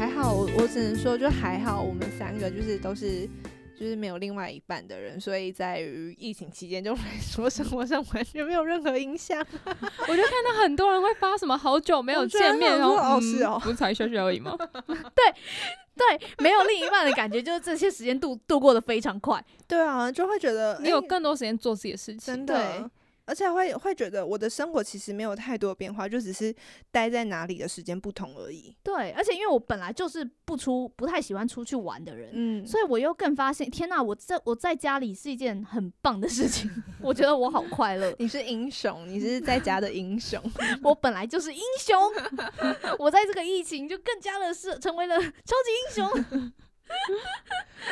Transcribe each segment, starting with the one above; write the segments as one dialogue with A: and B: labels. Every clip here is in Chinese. A: 我只能说，就还好，我们三个就是都是就是没有另外一半的人，所以在于疫情期间，就 来说生活上完全没有任何影响。
B: 我就看到很多人会发什么好久没有
A: 我觉得
B: 见面，
A: 很
B: 然后
A: 多哦是
B: 嗯
A: 哦
B: 不是才休息而 已吗？
C: 对，没有另一半的感觉，就是这些时间度度过的非常快。
A: 对啊，就会觉得
B: 你有
A: 诶
B: 更多时间做自己的事情，
A: 真
C: 对
A: 的。而且会会觉得我的生活其实没有太多的变化，就只是待在哪里的时间不同而已。
C: 对，而且因为我本来就是不出不太喜欢出去玩的人，
A: 嗯，
C: 所以我又更发现，天呐，我在我在家里是一件很棒的事情，我觉得我好快 乐。
A: 你是英雄，你是在家的英雄。
C: 我本来就是英雄， 我在这个疫情就更加的是成为了超级英雄。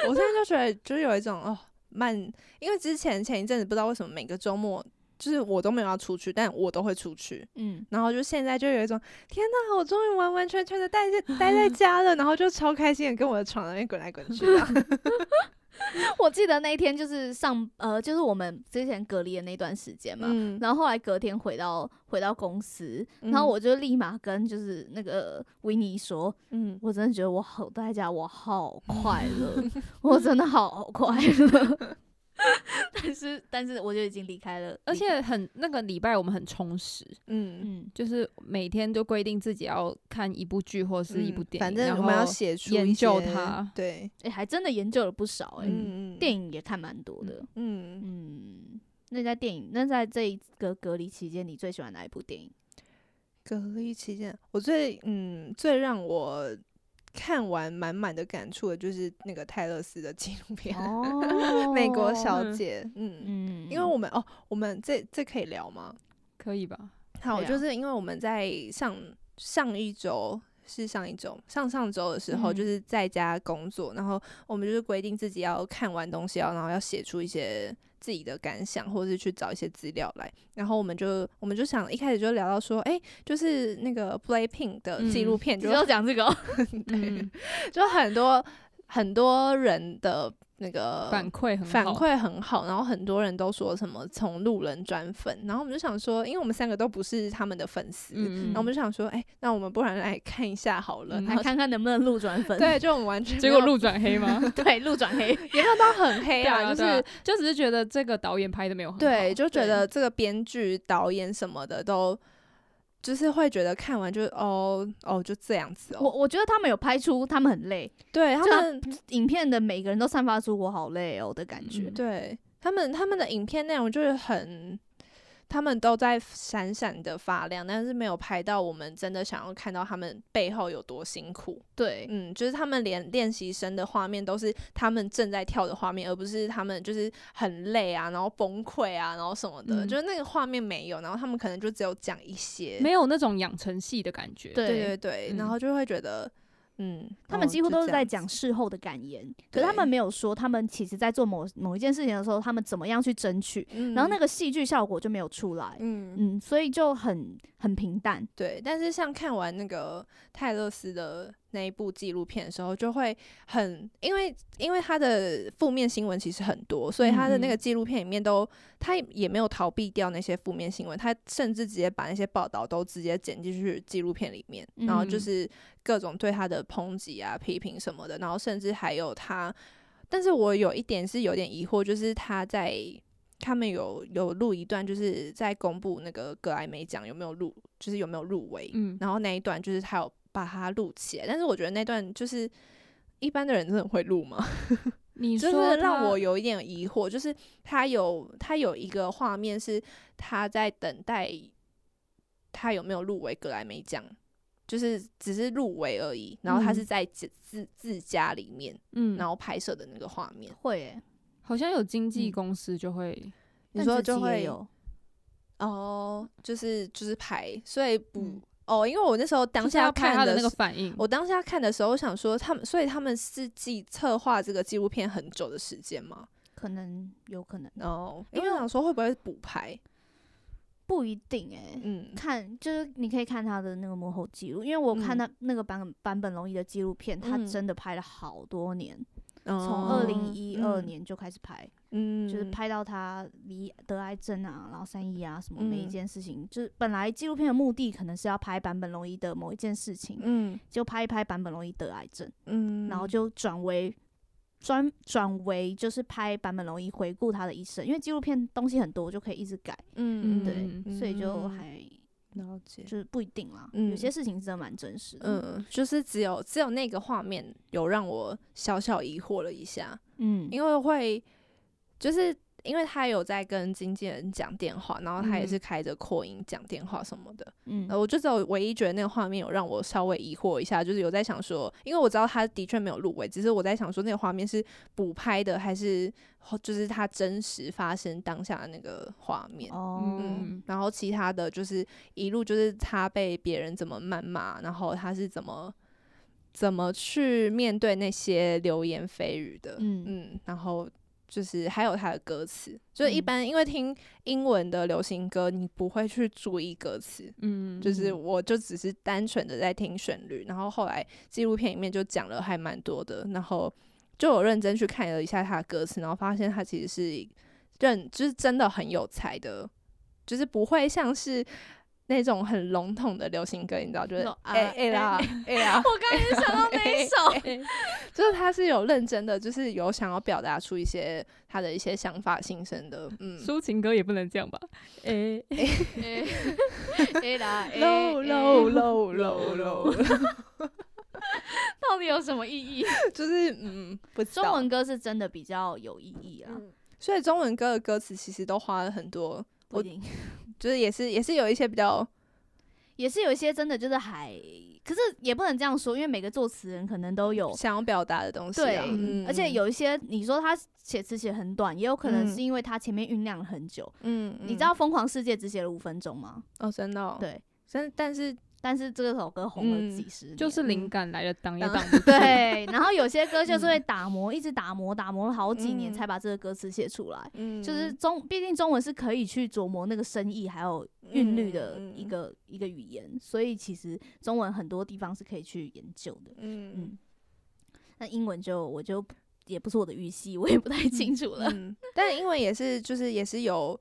A: 我现在就觉得，就是有一种哦，慢，因为之前前一阵子不知道为什么每个周末就是我都没有要出去，但我都会出去。
C: 嗯，
A: 然后就现在就有一种，天哪，我终于完完全全的待在待 在家了，然后就超开心的跟我的床那边滚来滚去的。
C: 我记得那一天就是上呃，就是我们之前隔离的那段时间嘛，
A: 嗯，
C: 然后后来隔天回到回到公司，
A: 嗯
C: 然后我就立马跟就是那个维尼说，
A: 嗯，
C: 我真的觉得我好待在家，我好 快乐，我真的好快乐。 但是但是我就已经离开了，
B: 而
C: 离开
B: 且很那个礼拜我们很充实，
A: 嗯，
C: 嗯，
B: 就是每天都规定自己要看一部剧或是一部电影，
A: 嗯反正
B: 然
A: 我们要
B: 后
A: 写出
B: 研
A: 一些
B: 究它
A: 对，
C: 哎、还真的研究了不少哎、
A: 嗯嗯，
C: 电影也看蛮多的，
A: 嗯，
C: 嗯，那在电影，那在这一个隔离期间，你最喜欢哪一部电 影？
A: 隔离期间，我最嗯最让我看完满满的感触的就是那个泰勒斯的纪录片《
C: 哦
A: 美国小
B: 嗯
A: 姐》。嗯，
C: 嗯
A: 因为我们哦，我们这这可以聊吗？
B: 可以吧？
A: 好，
C: 对啊
A: 就是因为我们在上上一周是上一周上上周的时候，
C: 嗯
A: 就是在家工作，然后我们就是规定自己要看完东西要，然后要写出一些自己的感想，或者是去找一些资料来。然后我们就我们就想一开始就聊到说，哎、就是那个 Blackpink 的纪录
B: 嗯
A: 片，
C: 只
A: 就
C: 要讲这个哦、
B: 嗯，
A: 就很多很多人的那个
B: 反馈很好，
A: 呃反馈很好，然后很多人都说什么从路人转粉，然后我们就想说，因为我们三个都不是他们的粉丝，
B: 嗯，嗯
A: 然后我们就想说，哎、那我们不然来看一下好了，
B: 嗯
A: 然
C: 来
A: 后
C: 看看能不能路转粉。
A: 对，就我们完全
B: 结
A: 没有
B: 果路转 黑吗？
C: 对，路转黑。
A: 也没有到很黑
B: 对
A: 啊，
B: 啊，
A: 就是、
B: 对啊就只是觉得这个导演拍的没有很好，
A: 对，就觉得这个编剧、导演什么的都。就是会觉得看完就哦哦就这样子
C: 我
A: 哦，
C: 我觉得他们有拍出他们很累，
A: 对他
B: 啊
C: 就
A: 们
C: 影片的每个人都散发出我好累哦的感觉。
B: 嗯
A: 对他们他们的影片内容就是很，他们都在闪闪的发亮，但是没有拍到我们真的想要看到他们背后有多辛苦。
C: 对，
A: 嗯，就是他们连练习生的画面都是他们正在跳的画面，而不是他们就是很累啊，然后崩溃啊，然后什么的，
B: 嗯
A: 就是那个画面没有，然后他们可能就只有讲一些。
B: 没有那种养成系的感觉，
C: 对
A: 对对对，然
B: 嗯
A: 后就会觉得，嗯，
C: 他们
A: 哦
C: 几乎
A: 就
C: 都是
A: 这
C: 在
A: 样
C: 讲
A: 子
C: 事后的感言，可是他
A: 对
C: 们没有说他们其实在做某某一件事情的时候，他们怎么样去争取，
A: 嗯、
C: 然后那个戏剧效果就没有出来。
A: 嗯
C: 嗯，所以就很很平淡。
A: 对，但是像看完那个泰勒斯的那一部纪录片的时候，就会很，因为因为他的负面新闻其实很多，所以他的那
B: 嗯嗯
A: 个纪录片里面都，他也没有逃避掉那些负面新闻，他甚至直接把那些报道都直接剪进去纪录片里面，然后就
B: 嗯
A: 是各种对他的抨击啊、批评什么的，然后甚至还有他，但是我有一点是有点疑惑，就是他在他们有有录一段，就是在公布那个格莱美奖有没有入，就是有没有入围。
B: 嗯，
A: 然后那一段就是他有把它录起来，但是我觉得那段就是一般的人真的会录吗？
B: 你
A: 就
B: 说
A: 是让
B: 他
A: 我有一点疑惑，就是他有他有一个画面是他在等待他有没有入围格莱美奖，就是只是入围而已，然后他是
B: 嗯
A: 在自自自家里面
B: 嗯，
A: 然后拍摄的那个画面，
C: 会、欸，
B: 好像有经纪
C: 嗯
B: 公司就会，
A: 你
C: 但
A: 说
C: 自
A: 就
C: 己也
A: 会
C: 有，
A: 哦，就是就是排，所以不、
C: 嗯
A: 哦，因为我那时候当
B: 就是
A: 下
B: 要看他
A: 看
B: 的那个
A: 时
B: 反应，
A: 我当下看的时候，我想说他们，所以他们是计策划这个纪录片很久的时间吗？
C: 可能有可能
A: 哦，因
C: 因
A: 为
C: 为
A: 我想说会不会补拍？
C: 不一定哎、
A: 嗯
C: 看，就是你可以看他的那个幕后记录，因为我看
A: 嗯
C: 他那个版本版本龙一的纪录片，他
A: 嗯哦
C: 真的拍了好多年，从
A: 从
C: 二零
B: 嗯
C: 一二，年就开始拍，
A: 嗯，
C: 就是拍到他离得癌症啊，然后三一啊什么每一
A: 嗯
C: 件事情，就是本来纪录片的目的可能是要拍坂本龙一的某一件事情，
A: 嗯，
C: 就拍一拍坂本龙一得癌症，
A: 嗯嗯，
C: 然后就转为。专转为就是拍坂本龙一回顾他的一生，因为纪录片东西很多，就可以一直改，
A: 嗯，嗯
C: 对，
A: 嗯
C: 所以就
A: 嗯
C: 还
A: 了解
C: 就，是不一定啦。有
A: 嗯
C: 些事情真的蛮真实的。
A: 嗯，就是只有只有那个画面有让我小小疑惑了一下，
C: 嗯
A: 因为会就是因为他有在跟经纪人讲电话，然后他也
C: 嗯
A: 是开着扩音讲电话什么的，
C: 嗯
A: 呃，我就只有唯一觉得那个画面有让我稍微疑惑一下，就是有在想说，因为我知道他的确没有入围，只是我在想说那个画面是补拍的还是就是他真实发生当下的那个画面。
C: 哦，
A: 嗯，然后其他的就是一路就是他被别人怎么谩骂，然后他是怎么怎么去面对那些流言蜚语的，
C: 嗯
A: 嗯，然后就是还有他的歌词，就是一
C: 嗯
A: 般因为听英文的流行歌，你不会去注意歌词，
B: 嗯，
A: 就是我就只是单纯的在听旋律，然后后来纪录片里面就讲了还蛮多的，然后就有认真去看了一下他的歌词，然后发现他其实是认就是真的很有才的，就是不会像是那种很笼统的流行歌，你知道，就是
C: 那种啊，
A: 哎哎啦哎啦
C: 我刚也想到那一首，
A: 就是他是有认真的，就是有想要表达出一些他的一些想法心声的，嗯。
B: 抒情歌也不能这样吧？哎，
C: 哎啦
A: low low low
B: low
A: low
C: 哎
A: low，
C: 到底有什么意义？
A: 就是嗯，不知
C: 中
A: 道
C: 文歌是真的比较有意义啊，
A: 嗯所以中文歌的歌词其实都花了很多，
C: 不一定，
A: 就是也是也是有一些比较，
C: 也是有一些真的就是还，可是也不能这样说，因为每个作词人可能都有。
A: 想要表达的东西、
C: 哦对
A: 啊，，
C: 而且有一些你说他写词写很短，也有可能
A: 嗯
C: 是因为他前面酝酿了很久。
A: 嗯，
C: 你知道《疯狂世界》只写了五分钟吗？
A: 嗯哦，真的、哦，，
C: 对，
A: 但但是
C: 但是这首歌红了
A: 嗯
C: 几十年，
B: 就是灵感来了，挡也挡不住。
C: 对，然后有些歌就是会打磨，一直打磨，打磨了好几
A: 嗯
C: 年才把这个歌词写出来。
A: 嗯，
C: 就是中，毕竟中文是可以去琢磨那个深意还有韵律的
A: 嗯嗯
C: 一个、一个语言，所以其实中文很多地方是可以去研究的。
A: 嗯
C: 嗯，那英文就我就也不是我的语系，我也不太清楚了。
A: 嗯，但英文也是就是也是有。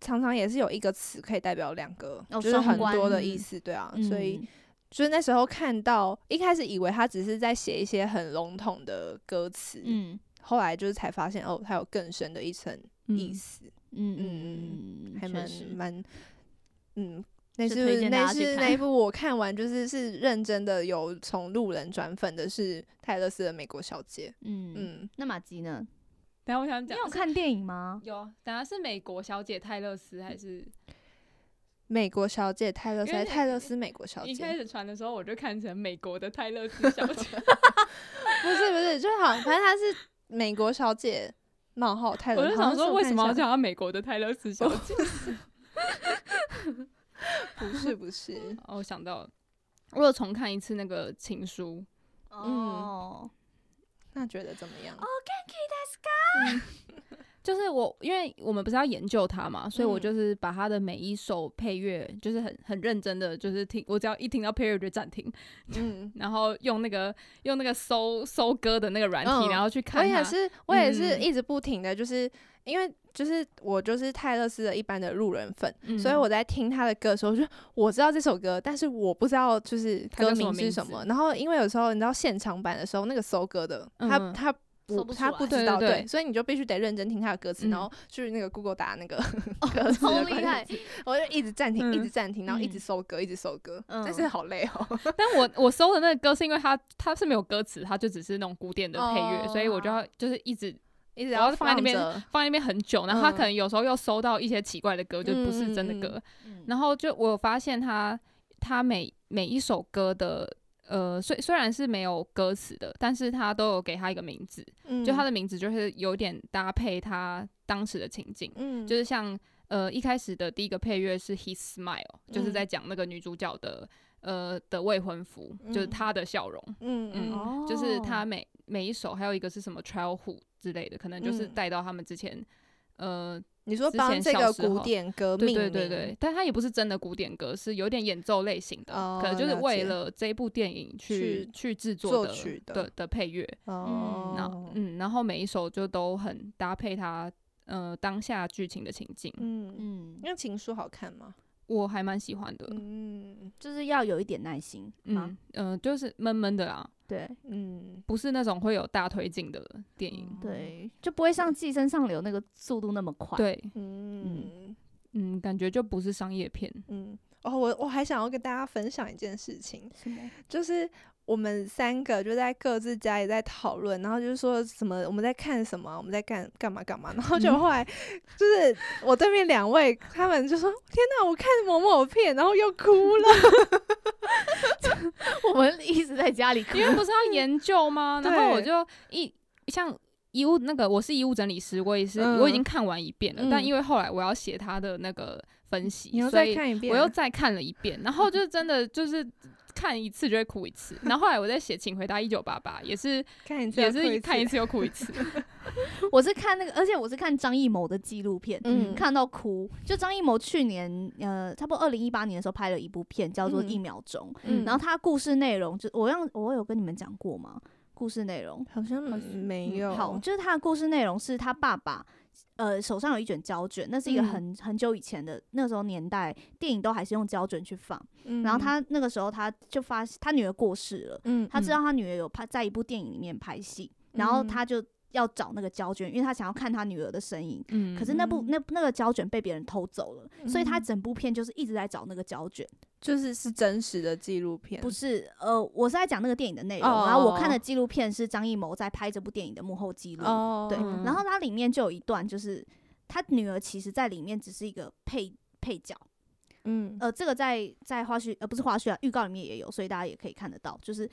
A: 常常也是有一个词可以代表两个，
C: 哦
A: 就是很
C: 双关
A: 多的意思，对啊，所以
C: 嗯
A: 就是那时候看到一开始以为他只是在写一些很笼统的歌词，
C: 嗯
A: 后来就是才发现哦，他有更深的一层 意思，
C: 嗯
A: 嗯
C: 嗯嗯，
A: 还
C: 确
A: 蛮
C: 实
A: 蛮，嗯，那
C: 是
A: 是
C: 推
A: 不是
C: 荐大
A: 那
C: 家去
A: 是
C: 看
A: 那一 部我看完就是是认真的有从路人转粉的是泰勒斯的《美国小姐》，
C: 嗯嗯。
A: 嗯，
C: 那马吉呢？
B: 等下我想
C: 你
B: 讲
C: 有看电影吗？
B: 有，等下是美国小姐泰勒斯还是
A: 美国小姐泰勒斯，
B: 因为
A: 还是泰
B: 那
A: 勒斯美国小
B: 一开
A: 姐，
B: 始传的时候我就看成美国的泰勒斯 小姐，
A: 不是不是，就好像反正她是美国小姐，冒号泰勒
B: 我
A: 斯，
B: 就
A: 好像
B: 想
A: 是
B: 说
A: 我
B: 为
A: 看一
B: 什么要
A: 下
B: 叫她美国的泰勒斯小姐？
A: 不是不是，
B: 哦，我想到了，我有重看一次那个情书，
C: 哦，
A: 嗯那觉得怎么
B: 哦
A: 样？
B: 就是我，因为我们不是要研究它嘛，所以我
A: 嗯
B: 就是把它的每一首配乐，就是很很认真的，就是听，我只要一听到配乐就暂停，
A: 嗯，
B: 然后用那个用那个搜搜歌的那个软体，
A: 嗯
B: 然后去
A: 我
B: 看它。
A: 也是，我也是
B: 嗯
A: 一直不停的，就是因为就是我就是泰勒斯的一般的路人粉，
B: 嗯
A: 所以我在听他的歌的时候，就我知道这首歌，但是我不知道就是
B: 它叫
A: 歌
B: 什么
A: 名是
B: 名
A: 什
B: 字
A: 么。然后因为有时候你知道现场版的时候，那个搜歌的
B: 嗯
A: 他
B: 嗯
A: 他
C: 搜
A: 不
C: 不出
A: 他不
C: 来
A: 知
B: 对
A: 道，
B: 对
A: 对，
B: 对
A: 所以你就必须得认真听他的歌词，然
B: 嗯哦
A: 后去那个 Google 打那个 歌词
C: 嗯超
A: 的
C: 厉
A: 关
C: 害
A: 键字，我就一直暂停，一
B: 嗯
A: 直暂停，然后一
C: 嗯
A: 直搜歌，一直搜歌，
C: 嗯
A: 但是好累哦。
B: 但我我搜的那个歌是因为它它是没有歌词，它就只是那种古典的配乐，
A: 哦
B: 所以我就要就是一直
A: 一直
B: 然后
A: 要
B: 放在那边
A: 着
B: 放在那边很久，然后他
A: 嗯
B: 可能有时候又搜到一些奇怪的歌，就不是真的歌。
C: 嗯
B: 然后就我有发现他他每每一首歌的呃，虽虽然是没有歌词的，但是他都有给他一个名字，就他
A: 的
B: 的名字就是有点搭配他当时的情境，
A: 嗯
B: 就是像呃一开始的第一个配乐是 His Smile，就是
A: 嗯
B: 在讲那个女主角的呃的未婚夫，就是
A: 嗯
B: 她的笑容。
A: 嗯
B: 嗯
A: 嗯
C: 哦
B: 就是他每每一首还有一个是什么 childhood 之类的，可能就是
A: 嗯
B: 带到他们之前、呃
A: 你说
B: 之
A: 帮
B: 前
A: 这
B: 小
A: 个
B: 时
A: 古
B: 候
A: 典歌命
B: 对
A: 名，
B: 对对对，但它也不是真的古典歌，是有点演奏类型的，
A: 哦
B: 可能就是
A: 了
B: 为
A: 解
B: 了这部电影去
A: 去
B: 去制
A: 作
B: 作的
A: 曲的
B: 的的配乐。
A: 哦，
B: 那嗯，然后每一首就都很搭配它呃当下剧情的情境，
A: 嗯，
C: 嗯，
A: 那情书好看吗？
B: 我还蛮喜欢的。
A: 嗯
C: 就是要有一点耐心嘛
B: 嗯。嗯、呃就是闷闷的啦，
C: 对
A: 嗯，
B: 不是那种会有大推进的电影。
A: 哦
C: 对，就不会像《寄生上流》那个速度那么快。，
B: 对，
A: 嗯
B: 嗯，感觉就不是商业片。
A: 嗯，哦，我我还想要跟大家分享一件事情，就是我们三个就在各自家里在讨论，然后就是说什么我们在看什么，我们在干干嘛干嘛，然后就后来就是我对面两位他们就说：“天哪，我看某某片，然后又哭了。
C: 我们一直在家里哭
B: 因。为不是要研究吗？然后我
A: 对
B: 就一像遗物那个，我是遗物整理师，我也是、
A: 嗯
B: 我已经看完一遍了，
A: 嗯
B: 但因为后来我要写他的那个分”析，
A: 你又
B: 所
A: 再
B: 以
A: 看一遍，
B: 我又再看了一遍，然后就真的就是看一次就会哭一次。然后后来我在写《请回答一九八八》，也是
A: 看一次，
B: 也是看一
A: 次，
B: 次又哭一次。
C: 我是看那个，而且我是看张艺谋的纪录片，
A: 嗯
C: 看到哭。就张艺谋去年呃，差不多二零一八年的时候拍了一部片，叫做《
A: 嗯
C: 一秒钟》，
A: 嗯
C: 然后他故事内容就我让我有跟你们讲过吗？故事内容
A: 好像没有，
C: 嗯好，就是他的故事内容是他爸爸，呃，手上有一卷胶卷，那是一个
A: 嗯
C: 很、很久以前的那时候年代，电影都还是用胶卷去放。
A: 嗯
C: 然后，他那个时候他就发他女儿过世了，
A: 嗯，
C: 他知道他女儿有拍在一部电影里面拍戏，然后
A: 嗯
C: 他就要找那个胶卷，因为他想要看他女儿的身影。
B: 嗯，
C: 可是那部
A: 嗯
C: 那那个胶卷被别人偷走了，所以他
A: 嗯
C: 整部片就是一直在找那个胶卷。
A: 就是是真实的纪录片，
C: 不是，呃，我是在讲那个电影的内容，然后我看的纪录片是张艺谋在拍这部电影的幕后记录。
A: 哦，
C: 对，
B: 嗯
C: 然后它里面就有一段，就是他女儿其实在里面只是一个配配角，
A: 嗯
C: 呃，这个在在花絮呃不是花絮啊，预告里面也有，所以大家也可以看得到，就是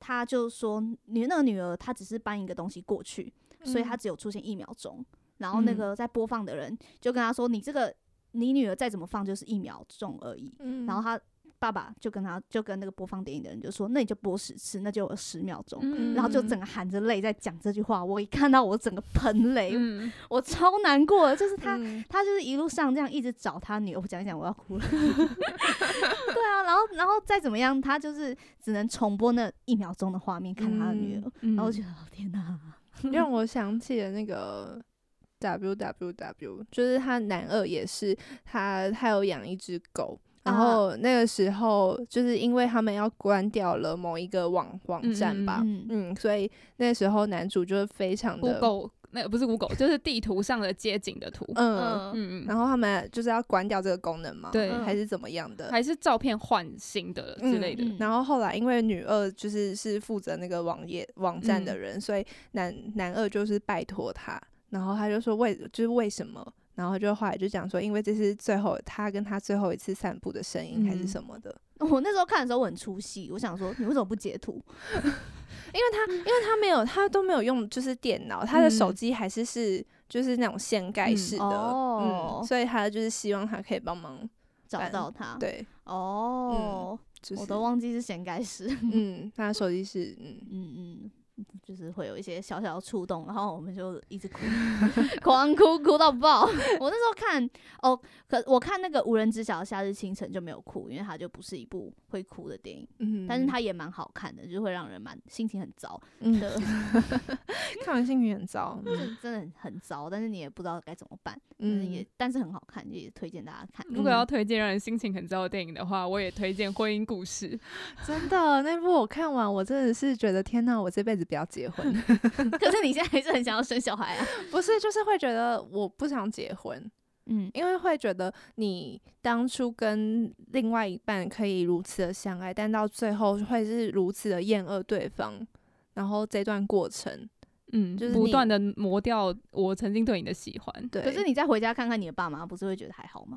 C: 他就说女那个女儿她只是搬一个东西过去，呃所以她
A: 嗯
C: 只有出现一秒钟，然
B: 嗯
C: 后那个在播放的人就跟他说，你这个你女儿再怎么放就是一秒钟而已，
A: 嗯
C: 然后他。爸爸就跟他就跟那个播放电影的人就说，那你就播十次，那就有十秒钟。
B: 嗯
C: 然后就整个含着泪在讲这句话。我一看到我整个喷泪，
B: 嗯
C: 我超难过的，就是他。
A: 嗯
C: 他就是一路上这样一直找他女儿，我讲一讲我要哭了。 对啊，然后然后再怎么样，他就是只能重播那一秒钟的画面看他的女儿，
B: 嗯
C: 然后我觉得哦天哪，
A: 让我想起了那个 W W W，就是他男二也是他，他有养一只狗。然
C: 啊
A: 后那个时候，就是因为他们要关掉了某一个网网站吧，
C: 嗯嗯
A: 嗯所以那时候男主就是非常的，
B: Google 那不是 Google，就是地图上的街景的图。
A: 嗯，
B: 嗯嗯，
A: 然后他们就是要关掉这个功能嘛，
B: 对
A: 还是怎么样的，
B: 还是照片换新的之类的。
C: 嗯
A: 然后后来因为女二就是是负责那个网页网站的
B: 嗯
A: 人，所以男男二就是拜托他，然后他就说为就是为什么，然后就后来就讲说，因为这是最后他跟他最后一次散步的声音还是
B: 嗯
A: 什么的，
C: 我那时候看的时候我很出戏，我想说你为什么不截图？
A: 因为他因为他没有他都没有用就是电脑，他的手
B: 嗯
A: 机还是是就是那种掀盖
B: 嗯
A: 式的，
C: 哦
A: 嗯，所以他就是希望他可以帮忙，
C: 找
A: 反
C: 到他，，
A: 对，嗯
C: 哦，
A: 就是
C: 我都忘记是谁该是，
A: 嗯，他的手机是嗯。
C: 嗯嗯，就是会有一些小小的触动，然后我们就一直哭，狂哭哭到爆。 我那时候看哦，可我看那个无人知晓的夏日清晨就没有哭，因为它就不是一部会哭的电影，
A: 嗯，
C: 但是它也蛮好看的，就是会让人蛮心情很糟
A: 嗯
C: 的，
A: 看完心情很糟， 嗯
C: 真的很很糟，但是你也不知道该怎么办，但是
A: 嗯
C: 也但是很好看，也推荐大家看。
B: 如果要推荐让人心情很糟的电影的话，我也推荐《婚姻故事》。
A: 真的，那部我看完，我真的是觉得天哪，我这辈子不要结 婚。
C: 可是你现在还是很想要生小孩啊？
A: 不是，就是会觉得我不想结婚，
C: 嗯，
A: 因为会觉得你当初跟另外一半可以如此的相爱，但到最后会是如此的厌恶对方，然后这段过程，
B: 嗯，
A: 就是
B: 不
A: 你
B: 断的磨掉我曾经对你的喜欢。
A: 对，
C: 可是你再回家看看你的爸妈，不是会觉得还好吗？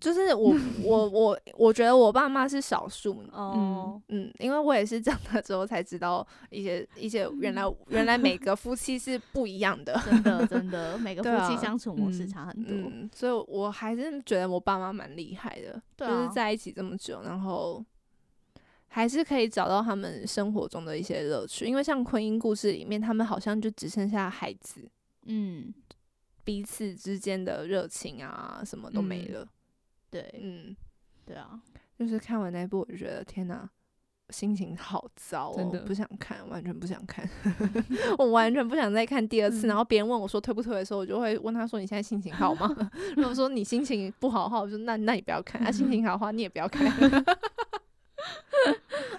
A: 就是我我我我觉得我爸妈是少数。
C: 哦，
A: 嗯，因为我也是长大之后才知道一些一些原来原来每个夫妻是不一样的，
C: 真的真的，每个夫
A: 对啊
C: 妻相处模式
B: 嗯
C: 差很多。
A: 嗯，所以我还是觉得我爸妈蛮厉害的，
C: 对
A: 就
C: 啊
A: 是在一起这么久，然后还是可以找到他们生活中的一些乐趣。因为像婚姻故事里面，他们好像就只剩下孩子，
C: 嗯，
A: 彼此之间的热情啊，什么都没
B: 嗯
A: 了。
C: 对
A: 嗯，
C: 对啊，
A: 就是看完那一部，我就觉得天哪，心情好糟哦，
B: 真的
A: 不想看，完全不想看， 我完全不想再看第二次。然后别人问我说推不推的时候，我就会问他说：“你现在心情好吗？”如果说你心情不好的话，我就那那你不要看；啊，心情好的话，你也不要看。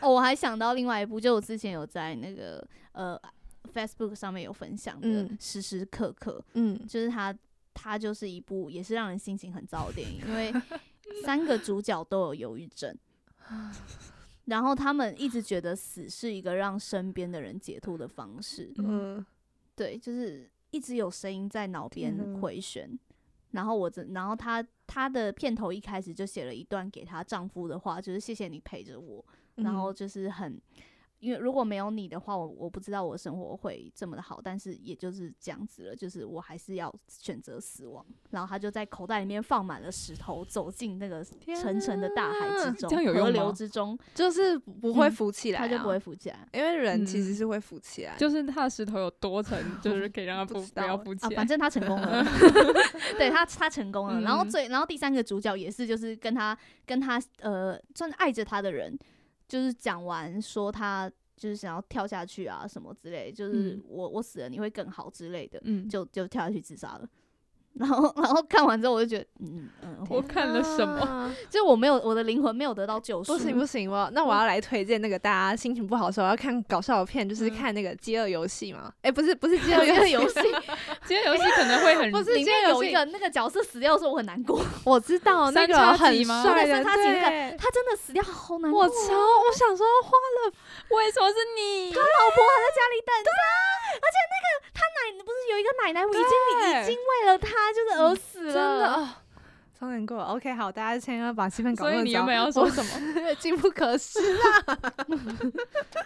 C: 哦，我还想到另外一部，就我之前有在那个呃 Facebook 上面有分享的
A: 嗯
C: 《时时刻刻》，
A: 嗯，
C: 就是它它就是一部也是让人心情很糟的电影，因 为三个主角都有忧郁症。然后他们一直觉得死是一个让身边的人解脱的方式，
A: 嗯，
C: 对，就是一直有声音在脑边
A: 天
B: 嗯
A: 哪
C: 回旋。然后我这，然后她她的片头一开始就写了一段给她丈夫的话，就是谢谢你陪着我，
A: 嗯
C: 然
B: 嗯
C: 后就是很，因为如果没有你的话，我我不知道我生活会这么的好，但是也就是这样子了，就是我还是要选择死亡。然后他就在口袋里面放满了石头，走进那个
A: 天
C: 沉沉的大海
B: 哪
C: 之
B: 啊这样
C: 中，
B: 有用
C: 河流
B: 吗
C: 之中，
A: 就是不会
B: 嗯
A: 浮起来、啊
C: 他就不会，浮起来。
A: 因为人其实
B: 嗯
A: 是会浮起来。
B: 就是他的石头有多 沉，就是可以让他
A: 不
B: 不
A: 知
B: 不
A: 道
B: 要浮
C: 啊
B: 起，来
C: 反。正他成功了， 对他他成功了。然后
B: 嗯
C: 最然后第三个主角也是，就是跟他跟他呃，算是爱着他的人，就是讲完说他就是想要跳下去啊什么之类，就是
B: 嗯
C: 我我死了你会更好之类的，
B: 嗯，
C: 就就跳下去自杀了。然后，然后看完之后，我就觉得，嗯嗯，
B: 我
C: 我
B: 看了什么？
A: 么？
C: 就我没有我的灵魂没有得到救赎，
A: 不行不嗯行，我那我要来推荐那个大家心情不好的时候要看搞笑的片，就是看那个《饥饿游戏》嘛。哎、不是不是 《饥饿
C: 这个
A: 游
C: 游
A: 戏，
C: 戏》
B: 今天游戏可能会很
A: 不是
C: 里
A: 这
C: 面
A: 个游
C: 有一
A: 戏
C: 个那个角色死掉的时候，我很难过，
A: 我知道那
B: 三
A: 个
B: 叉
A: 很
B: 戟吗
A: 帅
C: 对
A: 的，
C: 三叉戟那个
A: 对
C: 他真的死掉好难过。
A: 我超我想说花
B: 为什么是你？
C: 老婆还在家里等他，
A: 啊
C: 而且那个他奶不是有一个奶奶，我已经
A: 对
C: 已经为了他就是而死了，
A: 真的啊、超难过。OK，好，大家先要把气氛搞
B: 所以
A: 乱
B: 你原
A: 糟
B: 本要说什 么？
A: 机不可失，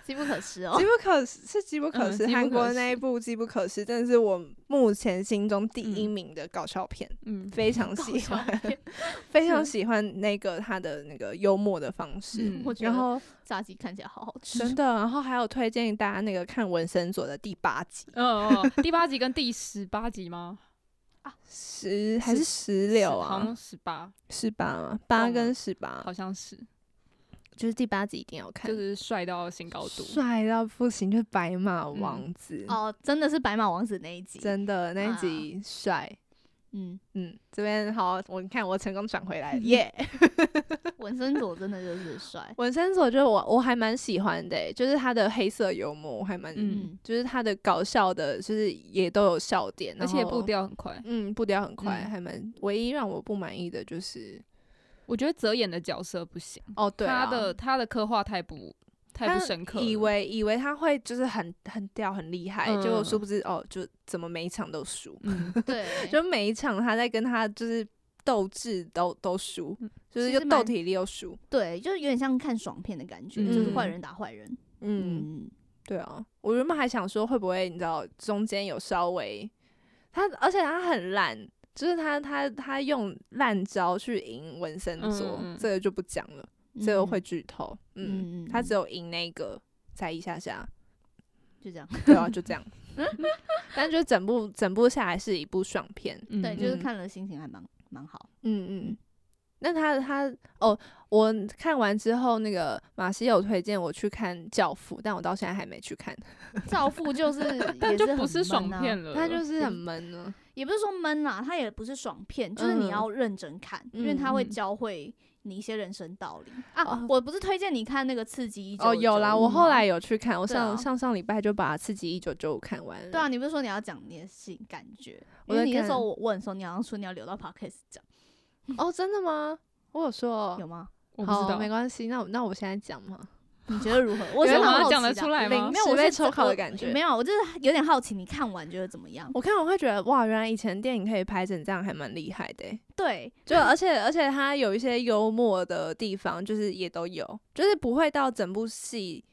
C: 机不可失哦
A: 机。不可失是机不可
B: 嗯
A: 失。
B: 机不
A: 韩、
B: 可
A: 国的那
B: 失
A: 一部《机不可失》真的是我目前心中第一
B: 嗯
A: 名的搞笑片。
B: 嗯，
A: 非常喜欢，非常喜欢那个他的那个幽默的方式。
B: 嗯
C: 我觉
A: 然
C: 得
A: 后
C: 炸鸡看起来好好吃，
A: 真的，然后还有推荐大家那个看《纹身佐》的第八集，
B: 嗯嗯，嗯第八集跟第十八集吗？
A: 十还是十 六
B: 好
A: 啊？
B: 像十八，
A: 是八吗？八
B: 忘
A: 跟
B: 了
A: 十八
B: 好，像是，
A: 就是第八集一定要看，
B: 就是帅到新高度。
A: 帅到不行，就是白马
B: 嗯
A: 王子，
C: 哦，真的是白马王子那一集，
A: 真的那一
C: 啊
A: 集帅。
C: 嗯，
A: 嗯，这边好，我你看我成功转回 来了，耶、，
C: 文森佐真的就是帅
A: 纹身佐就是我我还蛮喜欢的欸、就是他的黑色幽默，我还蛮
B: 嗯
C: 嗯，
A: 就是他的搞笑的，就是也都有笑点，
B: 而
A: 然
B: 且
A: 后
B: 步，调很快，
A: 嗯，步调很快，
B: 嗯
A: 还蛮。唯一让我不满意的就是，
B: 我觉得泽演的角色不行，
A: 哦，对、啊，
B: 嗯他的他的刻画太不太不深刻了，
A: 以为以为他会就是很很屌很厉害，结果
B: 嗯
A: 殊不知哦，就怎么每一场都输，
B: 嗯，
C: 对，
A: 就每一场他在跟他就是斗智都都输，
B: 嗯
A: 就是
C: 其
A: 又
C: 实
A: 斗
C: 蛮
A: 体力又输，
C: 对，就是有点像看爽片的感觉，就是坏人打坏人，
A: 嗯
C: 嗯，
A: 对啊，我原本还想说会不会你知道中间有稍微他，而且他很烂，就是他他他用烂招去赢文森佐，
B: 嗯嗯嗯
A: 这个就不讲了，
C: 嗯
A: 这个会剧透。嗯，
C: 嗯，嗯
A: 他只有赢那个才一下下，
C: 就这样，
A: 对啊，就这样。 但就整部整部下来是一部爽片，
B: 嗯
C: 对，就是
A: 嗯
C: 看了心情还蛮蛮好，
A: 嗯嗯。那他他哦，我看完之后，那个马西有推荐我去看《教父》，但我到现在还没去看，
C: 教父就是
B: 但
C: 也
B: 就是不
C: 很
B: 是爽
C: 闷啊
B: 片了，
A: 他就是很闷呢、
C: 也不是说闷啦，它也不是爽片，就是你
A: 嗯
C: 要认真看，因为它
B: 嗯
C: 会
B: 嗯
C: 教会你一些人生道理啊。
A: 哦
C: 我不是推荐你看那个《刺激一九》
A: 哦，有啦，我后来有去看，我
C: 对
A: 上、
C: 啊
A: 上上礼拜就把《刺激一九九五》看完了。
C: 对啊，，你不是说你要讲你的性感觉？
A: 我
C: 因
A: 在
C: 为你那时候
A: 干
C: 我问的时候，你好像说你要留到 podcast 讲，
A: 哦，真的吗？我有说哦，
C: 有吗？
B: 我不知
A: 好，
B: 道
A: 没关系，那我那我现在讲嘛，
C: 你觉得如何？ 我是
A: 有
C: 很
A: 吗
C: 好
B: 讲
C: 奇
B: 得
C: 的
B: 出
C: 啊。
B: 来吗
A: 没？有我
C: 没
A: 被
C: 有
A: 抽
C: 这
A: 考的
C: 我
A: 感觉哦
C: 没。有，我就是有点好奇，你看完觉得怎么样？
A: 我看我会觉得哇，原来以前电影可以拍成这样，还蛮厉害的欸。
C: 对，
A: 就而且而且它有一些幽默的地方，就是也都有，就是不会到整部戏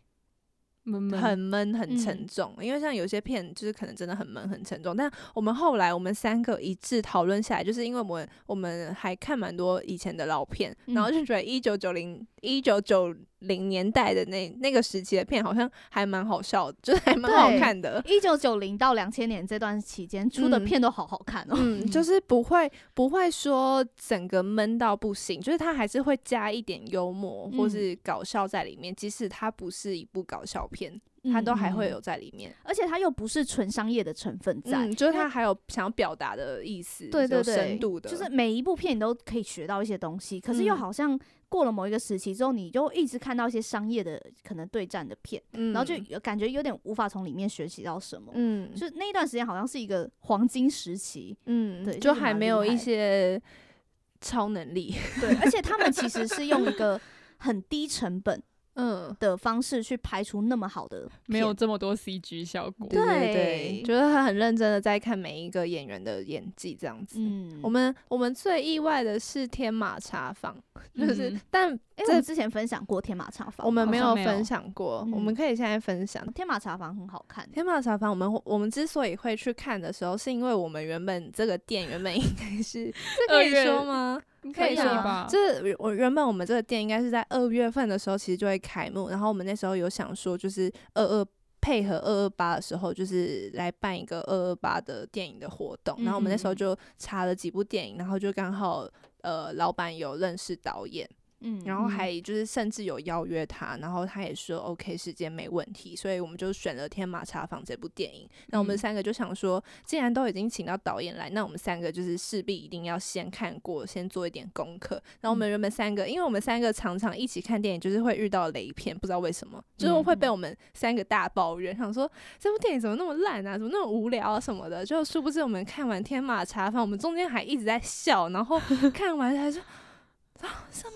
B: 闷闷
A: 很闷很沉
C: 嗯
A: 重。因为像有些片就是可能真的很闷很沉重，但我们后来我们三个一致讨论下来，就是因为我们我们还看蛮多以前的老片，然后
C: 嗯
A: 就觉得一九九零一九九零年代的那那个时期的片，好像还蛮好笑的，就是还蛮
C: 对
A: 好看 的。
C: 一九九零到两千年这段期间出的
A: 嗯
C: 片都好好看哦。
A: 嗯，就是不会不会说整个闷到不行，就是它还是会加一点幽默或
C: 嗯
A: 是搞笑在里面，即使它不是一部搞笑片，它都还会
C: 嗯，
A: 有在里面。
C: 而且它又不是纯商业的成分在。
A: 嗯，就是
C: 因为
A: 它还有想要表达的意思，
C: 对对
A: 有
C: 对，
A: 深度的，
C: 就是每一部片你都可以学到一些东西，可是又
A: 嗯
C: 好像过了某一个时期之后，你就一直看到一些商业的可能对战的片，
A: 嗯
C: 然后就有感觉有点无法从里面学习到什么。
A: 嗯
C: 就那一段时间好像是一个黄金时期，
A: 嗯
C: 对
A: 就
C: 就是
A: 还
C: 蛮
A: 没
C: 厉
A: 有
C: 害
A: 一些超能力，
C: 对，而且他们其实是用一个很低成本
A: 嗯，
C: 的方式去拍出那么好的片，
B: 没有这么多 CG 效果。
A: 对
C: 对
A: 对，就是他很认真的在看每一个演员的演技这样子。
C: 嗯，
A: 我们我们最意外的是天马茶坊，就是、
B: 嗯
A: 但
C: 哎、
A: 这
C: 我们之前分享过《天马茶坊》吗，
A: 我们没
B: 好
A: 有
B: 像没有
A: 分享过，我们
C: 嗯
A: 可以现在分享。
C: 天马茶坊》很好看，
A: 天马茶坊，我们我们之所以会去看的时候，是因为我们原本这个店原本应该是这可
B: 二
A: 以
B: 月
A: 说吗？
B: 可以
A: 可以啊
B: 吧？
A: 就是我原本我们这个店应该是在二月份的时候，其实就会开幕。然后我们那时候有想说，就是二二配合二二八的时候，就是来办一个二二八的电影的活动。然后我们那时候
B: 嗯嗯嗯
A: 就查了几部电影，然后就刚好呃，老板有认识导演，
C: 嗯，
A: 然后
B: 嗯
A: 还就是甚至有邀约他，然后他也说 OK 时间没问题，所以我们就选了《天马茶坊》这部电影。那我们
B: 嗯
A: 三个就想说，既然都已经请到导演来，那我们三个就是势必一定要先看过，先做一点功课。然后我
B: 嗯
A: 们原本三个，因为我们三个常常一起看电影，就是会遇到雷片，不知道为什么，就是会
B: 嗯
A: 被我们三个大抱怨，想说这部电影怎么那么烂啊，怎么那么无聊啊什么的。就殊不知我们看完《天马茶坊》，我们中间还一直在笑，然后看完还说啊什么。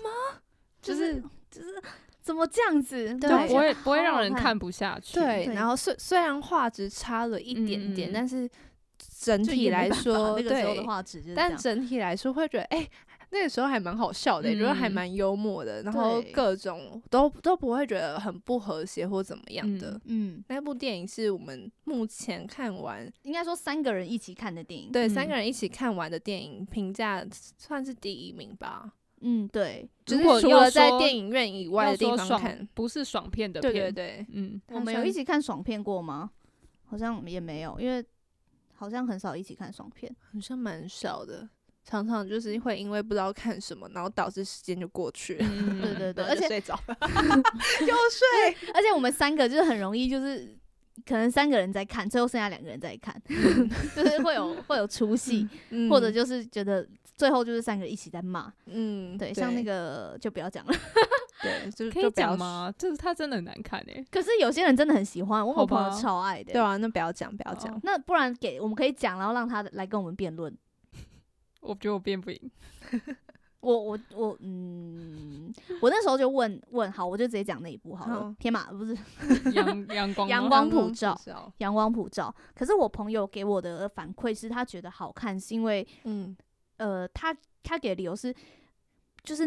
C: 就是怎么这样子？
A: 对
B: 就
A: 对
B: 不会不会
C: 好
B: 让
C: 好
B: 人
C: 看
B: 看不下去。
A: 啊对，
C: 对
A: 然后虽虽然画质差了一点点，
B: 嗯嗯嗯
A: 但是整
C: 就
A: 体
C: 也没
A: 来
C: 办法
A: 说，
C: 那个时候
A: 对
C: 的画质就是这
A: 但
C: 样
A: 整体来说会觉得，哎、那个时候还蛮好笑的、觉得还
B: 嗯
A: 蛮幽默的，然后
C: 对
A: 各种都都不会觉得很不和谐或怎么样的。
B: 嗯
C: 嗯，
A: 那部电影是我们目前看完，
C: 应该说三个人一起看的电影。
A: 对、三
B: 嗯
A: 个人一起看完的电影，评价算是第一名吧。
C: 嗯，对，
A: 就
B: 如
A: 是
B: 果
A: 除
B: 要
A: 了在
B: 说
A: 电影院以外
B: 要
A: 的地
B: 说
A: 方
B: 爽
A: 看，
B: 不是爽片的
A: 对
B: 片。
A: 对对，
B: 嗯，
C: 我们有一起看爽片过吗？好像也没有，因为好像很少一起看爽片。
A: 好像蛮少的。常常就是会因为不知道看什么，然后导致时间就过去了。
B: 嗯
C: 对 对对
A: 然后就
C: 而且
A: 睡着了，又睡。
C: 而且我们三个就是很容易，就是可能三个人在看，最后剩下两个人在看， 就是会有会有出戏，
A: 嗯
C: 或者就是觉得最后就是三个人一起在骂。
A: 嗯，
C: 对，像那个就不要讲了。
A: 对，就
B: 可
A: 就
B: 以
A: 不要
B: 讲？吗？就是它真的很难看欸诶。
C: 可是有些人真的很喜欢，我有
B: 好
C: 朋
B: 吧
C: 友超爱的。
A: 对啊，那不要讲，不要讲
B: 哦。
C: 那不然给我们可以讲，然后让他来跟我们辩论。
B: 我觉得我变 不赢。
C: 我我我，嗯，我那时候就问问，好，我就直接讲那一部好了。
A: 好
C: 天马不是
B: 阳阳 光
C: 阳
B: 吗
C: 光
A: 阳
C: 普
A: 普
C: 照
A: 照，
C: 阳光普照。可是我朋友给我的反馈是他觉得好看，是因为
A: 嗯
C: 呃，他他给的理由是，就是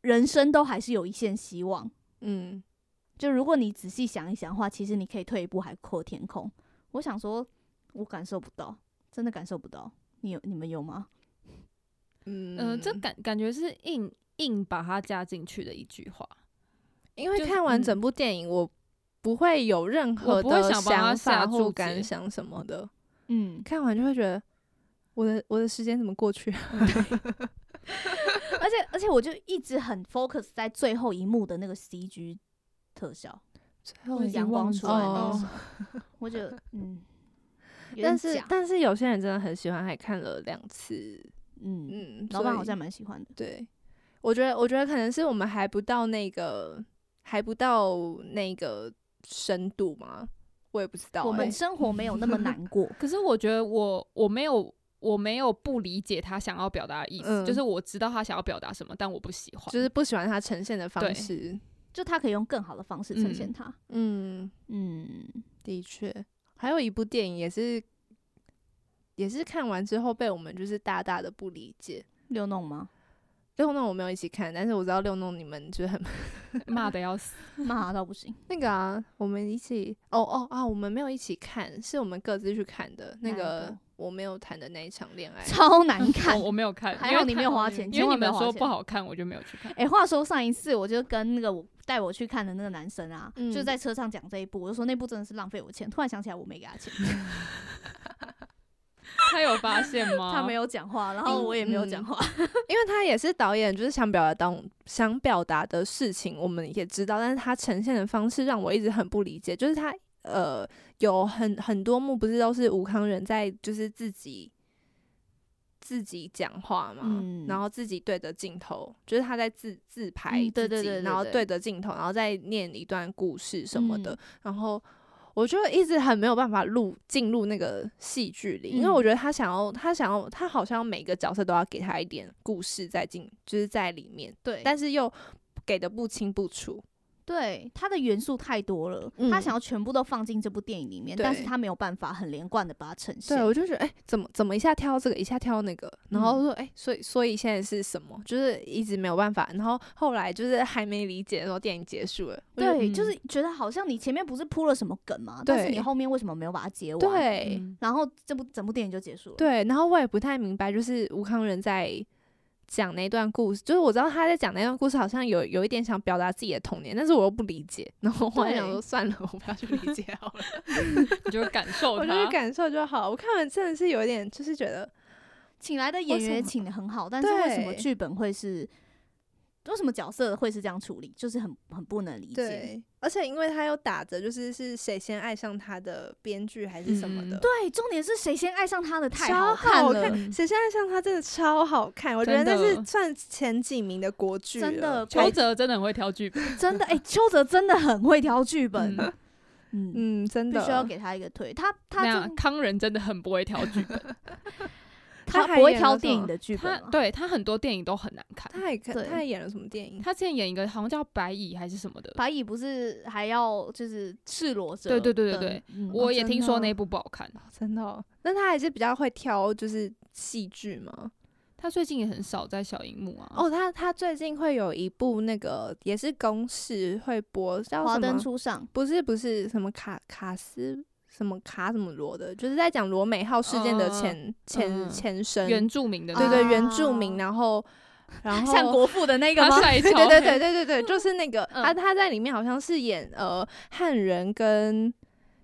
C: 人生都还是有一线希望。
A: 嗯，
C: 就如果你仔细想一想的话，其实你可以退一步海阔天空。我想说，我感受不到，真的感受不到。你有你们有吗？
A: 嗯
B: 呃，这感感觉是硬硬把它加进去的一句话。
A: 因为
B: 就是
A: 看完
B: 嗯
A: 整部电影，我不会有任何
B: 不会
A: 的
B: 想把它
A: 法
B: 下
A: 或
B: 注
A: 感
B: 解
A: 想什么的，
C: 嗯，
A: 看完就会觉得我的我的时间怎么过去？
C: 而且而且我就一直很 focus 在最后一幕的那个 CG 特效，
A: 最后
B: 我
A: 一
B: 已经
C: 阳光
B: 忘记，
C: 出来那
A: 了
C: 个时候，我觉得嗯，有
A: 但
C: 点
A: 是
C: 假
A: 但是有些人真的很喜欢，还看了两次。
C: 嗯，
A: 嗯，
C: 老板
A: 所
C: 好
A: 以
C: 像蛮喜欢的。
A: 对，我觉得，我觉得可能是我们还不到那个，还不到那个深度嘛，我也不知道、
C: 我们
A: 欸
C: 生活没有那么 难过
B: 可是我觉得我我没有我没有不理解他想要表达的意思，
A: 嗯
B: 就是我知道他想要表达什么，但我不喜欢。
A: 就是不喜欢它呈现的方
B: 对
A: 式。
C: 就他可以用更好的方式呈现
B: 嗯
C: 它。
A: 嗯，
C: 嗯，
A: 的确，还有一部电影也是，也是看完之后被我们就是大大的不理解。
C: 六弄吗？
A: 六弄我没有一起看，但是我知道六弄你们就是 很
B: 骂的要死。
C: 骂到不行。
A: 那个啊，我们一起哦哦啊，我们没有一起看，是我们各自去看的那
C: 哪一
A: 个
C: 部
A: 我没有谈的那一场恋爱。
C: 超难啊 看
B: 我。我没有看，
C: 还
B: 因为
C: 好你
B: 看
C: 没有花钱，
B: 因
C: 千
B: 为
C: 万
B: 你
C: 没有
B: 们
C: 花
B: 说
C: 钱
B: 不。好看，我就没有去看。
C: 哎、话说上一次我就跟那个我带我去看的那个男生啊，
A: 嗯
C: 就在车上讲这一部，我就说那部真的是浪费我钱。突然想起来我没给他钱，
B: 他有 发现
A: 啊
B: 吗？
C: 他没
B: 有。
C: 有讲话，然后我也没有
A: 嗯
C: 讲话。
A: 因为他也是导演，就是想表达当想表达的事情，我们也知道，但是他呈现的方式让我一直很不理解，就是他呃有很很多幕不是都是吴康仁在就是自己自己讲话嘛，
C: 嗯
A: 然后自己对着镜头，就是他在自自拍自己，
C: 嗯对对对对
A: 然后
C: 对嗯
A: 对着镜头，然后再念一段故事什么的，然后。我就一直很没有办法入进入那个戏剧里，因为
C: 嗯
A: 我觉得他想要，他想要，他好像每个角色都要给他一点故事在进，就是在里面，
C: 对，
A: 但是又给的不清不楚。
C: 对它的元素太多了，
A: 嗯
C: 他想要全部都放进这部电影里面，
A: 对
C: 但是他没有办法很连贯的把它呈现
A: 对，。我就觉得，哎、怎么怎么一下挑这个，一下挑那个，然后说，哎、所以所以现在是什么？就是一直没有办法。然后后来就是还没理解，然后电影结束了。我就
C: 对，就
B: 嗯
C: 是觉得好像你前面不是铺了什么梗吗？但是
A: 对
C: 你后面为什么没有把它接完？，
A: 对、
B: 嗯
C: 然后这部整部电影就结束了。，
A: 对，然后我也不太明白，就是吴康仁在讲那段故事，就是我知道他在讲那段故事，好像有有一点想表达自己的童年，但是我又不理解，然后我还想
C: 对
A: 说算了，我不要去理解好了。
B: 你就感受
A: 我就
B: 他。
A: 是感受就好。我看完真的是有一点，就是觉得
C: 请来的演
A: 为什
C: 员也
A: 么
C: 请的很好，但是为什么
A: 对
C: 剧本会是？为什么角色会是这样处理？就是很很不能理解。
A: 对，而且因为他又打着就是是谁先爱上他的编剧还是什么的，
B: 嗯
C: 对，重点是谁先爱上他的太
A: 超
C: 看
A: 好
C: 了，
A: 谁先爱上他真的超好看，我觉得
B: 真
A: 那
B: 的
A: 是算前几名的国剧了，
C: 真的
B: 邱泽真的很会挑剧本，
C: 真的哎、邱泽真的很会挑剧本，
B: 嗯
C: 嗯，
A: 嗯，真
C: 必
A: 的
C: 须要给他一个推。他 他
B: 那样
C: 真
B: 康仁真的很不会挑剧本，
A: 他还
C: 不会
A: 演
C: 挑
A: 了什
C: 电影
A: 么
C: 的剧
B: 他
C: 本啊吗？
B: 对他很多电影都很难看。
A: 他还看
C: 对
A: 他还演了什么电影？
B: 他之前演一个好像叫《白蚁》还是什么的，
C: 白蚁不是还要就是赤裸着
B: 对对
C: 的？
B: 对对对
C: 嗯，
B: 我也
A: 真的
B: 听说
A: 哦
B: 那部不好看。
A: 哦真的、哦，那他还是比较会挑就是戏剧嘛。
B: 他最近也很少在小荧幕啊。，
A: 哦，他他最近会有一部那个也是公式会播叫
C: 华
A: 什
C: 灯
A: 么？
C: 初上，
A: 不是不是什么卡卡斯什么卡什么罗的，就是在讲罗美号事件的前、前
B: 嗯
A: 前身，
B: 原住民的那
A: 对
B: 个
A: 对
C: 啊
A: 原住民，然 后然后
C: 像国父的那个
B: 他
C: 吗？
B: 晒
A: 对
B: 超
A: 对对对
B: 黑，
A: 对对对，就是那个、
C: 嗯
A: 他他在里面好像是演呃汉人跟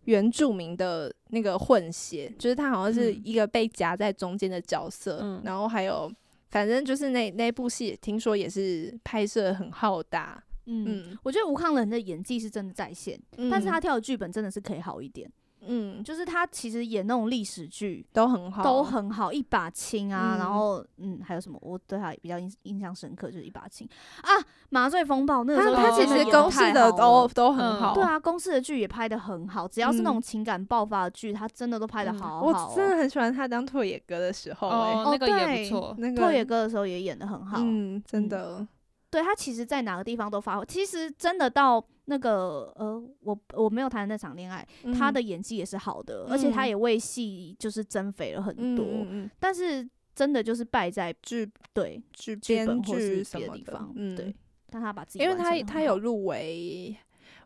A: 原住民的那个混血，就是他好像是
B: 嗯
A: 一个被夹在中间的角色，
B: 嗯
A: 然后还有反正就是那那部戏听说也是拍摄很浩大，
C: 嗯，
A: 嗯，
C: 我觉得吴康仁的演技是真的在线，但是他
A: 嗯
C: 跳的剧本真的是可以好一点，
A: 嗯
C: 就是他其实演那种历史剧。
A: 都很好，啊
C: 都很好，一把青啊，
A: 嗯
C: 然后嗯，还有什么？我对他比较印印象深刻，就是一把青啊，麻醉风暴那个时
A: 他啊
C: 候
A: 他
B: 哦
A: 其
C: 真的
A: 实
C: 演
A: 公
C: 得
A: 式
C: 太
A: 的
C: 好了
A: 都都很
B: 嗯
A: 好，嗯
C: 对啊，公式的剧也拍的很好，只要是那种情感爆发的剧，他真的都拍的
B: 嗯
C: 好好、哦
A: 我真的很喜欢他当拓野哥的时候、欸，
B: 哦，那个也不错。
A: 那个
C: 拓野哥的时候也演的很好，
A: 嗯，真的，
C: 对他其实在哪个地方都发挥。其实真的到那个呃，我我没有谈那场恋爱，他的演技也是好的，而且他
A: 嗯
C: 也为戏就是增肥了很
A: 嗯
C: 多，
A: 嗯嗯
C: 但是真的就是败在
A: 剧
C: 对
A: 剧
C: 剧
A: 编
C: 本或
A: 剧
C: 是
A: 什
C: 别
A: 么
C: 地
A: 的
C: 方，，
A: 嗯，
C: 对，。但他把自己
A: 因为
C: 完成
A: 他
C: 得很
A: 他有
C: 好
A: 入围，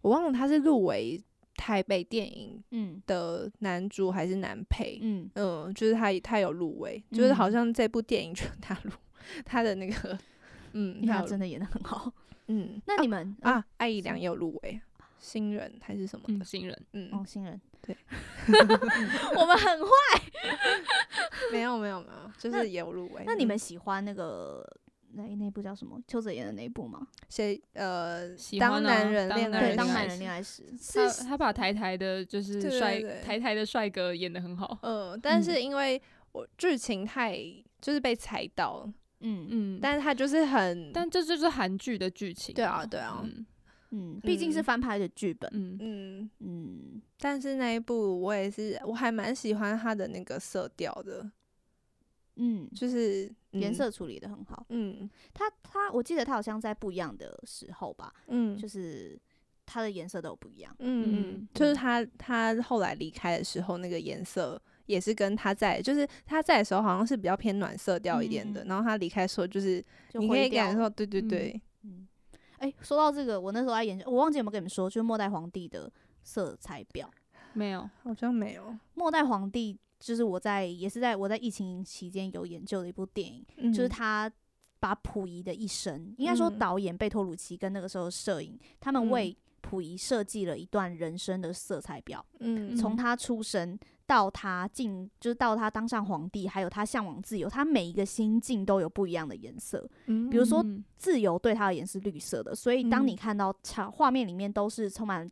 A: 我忘了他是入围台北电影
C: 嗯
A: 的男主还是男配，
C: 嗯，
A: 嗯就是他他有入围，就是好
C: 嗯
A: 像这部电影 就他入他的那个，嗯，
C: 因为
A: 他
C: 他
A: 有
C: 真的演的很 好。
A: 嗯，
C: 那
A: 啊
C: 你们
A: 啊艾怡良也有入围，新人还是什么
B: 嗯，
A: 的，
B: 新人
A: 嗯，
C: 哦，新人
A: 对，
C: 我们很会。
A: 没有没有没有，就
C: 那
A: 是也有入围。
C: 那你
A: 嗯
C: 们喜欢那个那那部叫什么？邱泽演的那一部吗？
A: 谁呃
B: 喜，
A: 当
B: 欢啊
A: 男人
B: 当
A: 恋
B: 男
A: 爱
C: 对，
B: 人
A: 时，
C: 当
B: 恋
C: 男
B: 爱
C: 人
B: 时
C: 恋爱时，
B: 他
A: 是
B: 他把台台的就
A: 对
B: 是
A: 对
B: 帅
A: 对
B: 台台的帅哥演的很好。
A: 呃，
C: 嗯
A: 但是因为我剧情太就是被踩到了，
C: 嗯
B: 嗯，
A: 但是他就是很
B: 但这就是韩剧的剧情。
A: 对啊对啊
B: 嗯
C: 嗯，毕竟是
A: 嗯
C: 翻拍的剧本，
B: 嗯，
A: 嗯，
C: 嗯，
A: 但是那一部我也是我还蛮喜欢他的那个色调的，
C: 嗯，
A: 就是
C: 颜
A: 嗯
C: 色处理的很好。
A: 嗯
C: 他他，我记得他好像在不一样的时候吧，
A: 嗯
C: 就是他的颜色都有不一样。
A: 嗯嗯
B: 嗯，
A: 就是他他后来离开的时候那个颜色。也是跟他在，就是他在的时候好像是比较偏暖色调一点的，
C: 嗯
A: 然后他离开的时候就是
C: 就
A: 你可
C: 灰
A: 以感
C: 调
A: 受，对对
B: 嗯
A: 对，
C: 嗯，哎、说到这个，我那时候在研究，我忘记有没有跟你们说，就是末代皇帝的色彩表。
B: 没有。
A: 好像没有，
C: 末代皇帝就是我在也是在我在疫情期间有研究的一
A: 嗯
C: 部电影就是他把溥仪的一生，应该说
A: 嗯
C: 导演贝托鲁奇跟那个时候摄影，他们
A: 嗯
C: 为溥仪设计了一段人生的色彩表，
A: 嗯，
C: 从他出生到他进，就是到他当上皇帝，还有他向往自由，他每一个心境都有不一样的颜色。
A: 嗯
C: 比如说
B: 嗯
C: 自由对他而言是绿色的，所以当你
A: 嗯
C: 看到场画面里面都是充满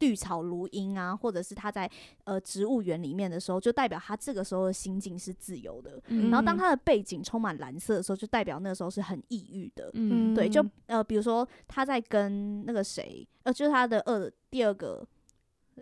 C: 绿草如茵啊，或者是他在呃植物园里面的时候，就代表他这个时候的心境是自由的。
B: 嗯
C: 然后当
A: 嗯
C: 他的背景充满蓝色的时候，就代表那时候是很抑郁的。
B: 嗯
C: 对，就
A: 嗯
C: 呃，比如说他在跟那个谁，呃，就是他的二第二个，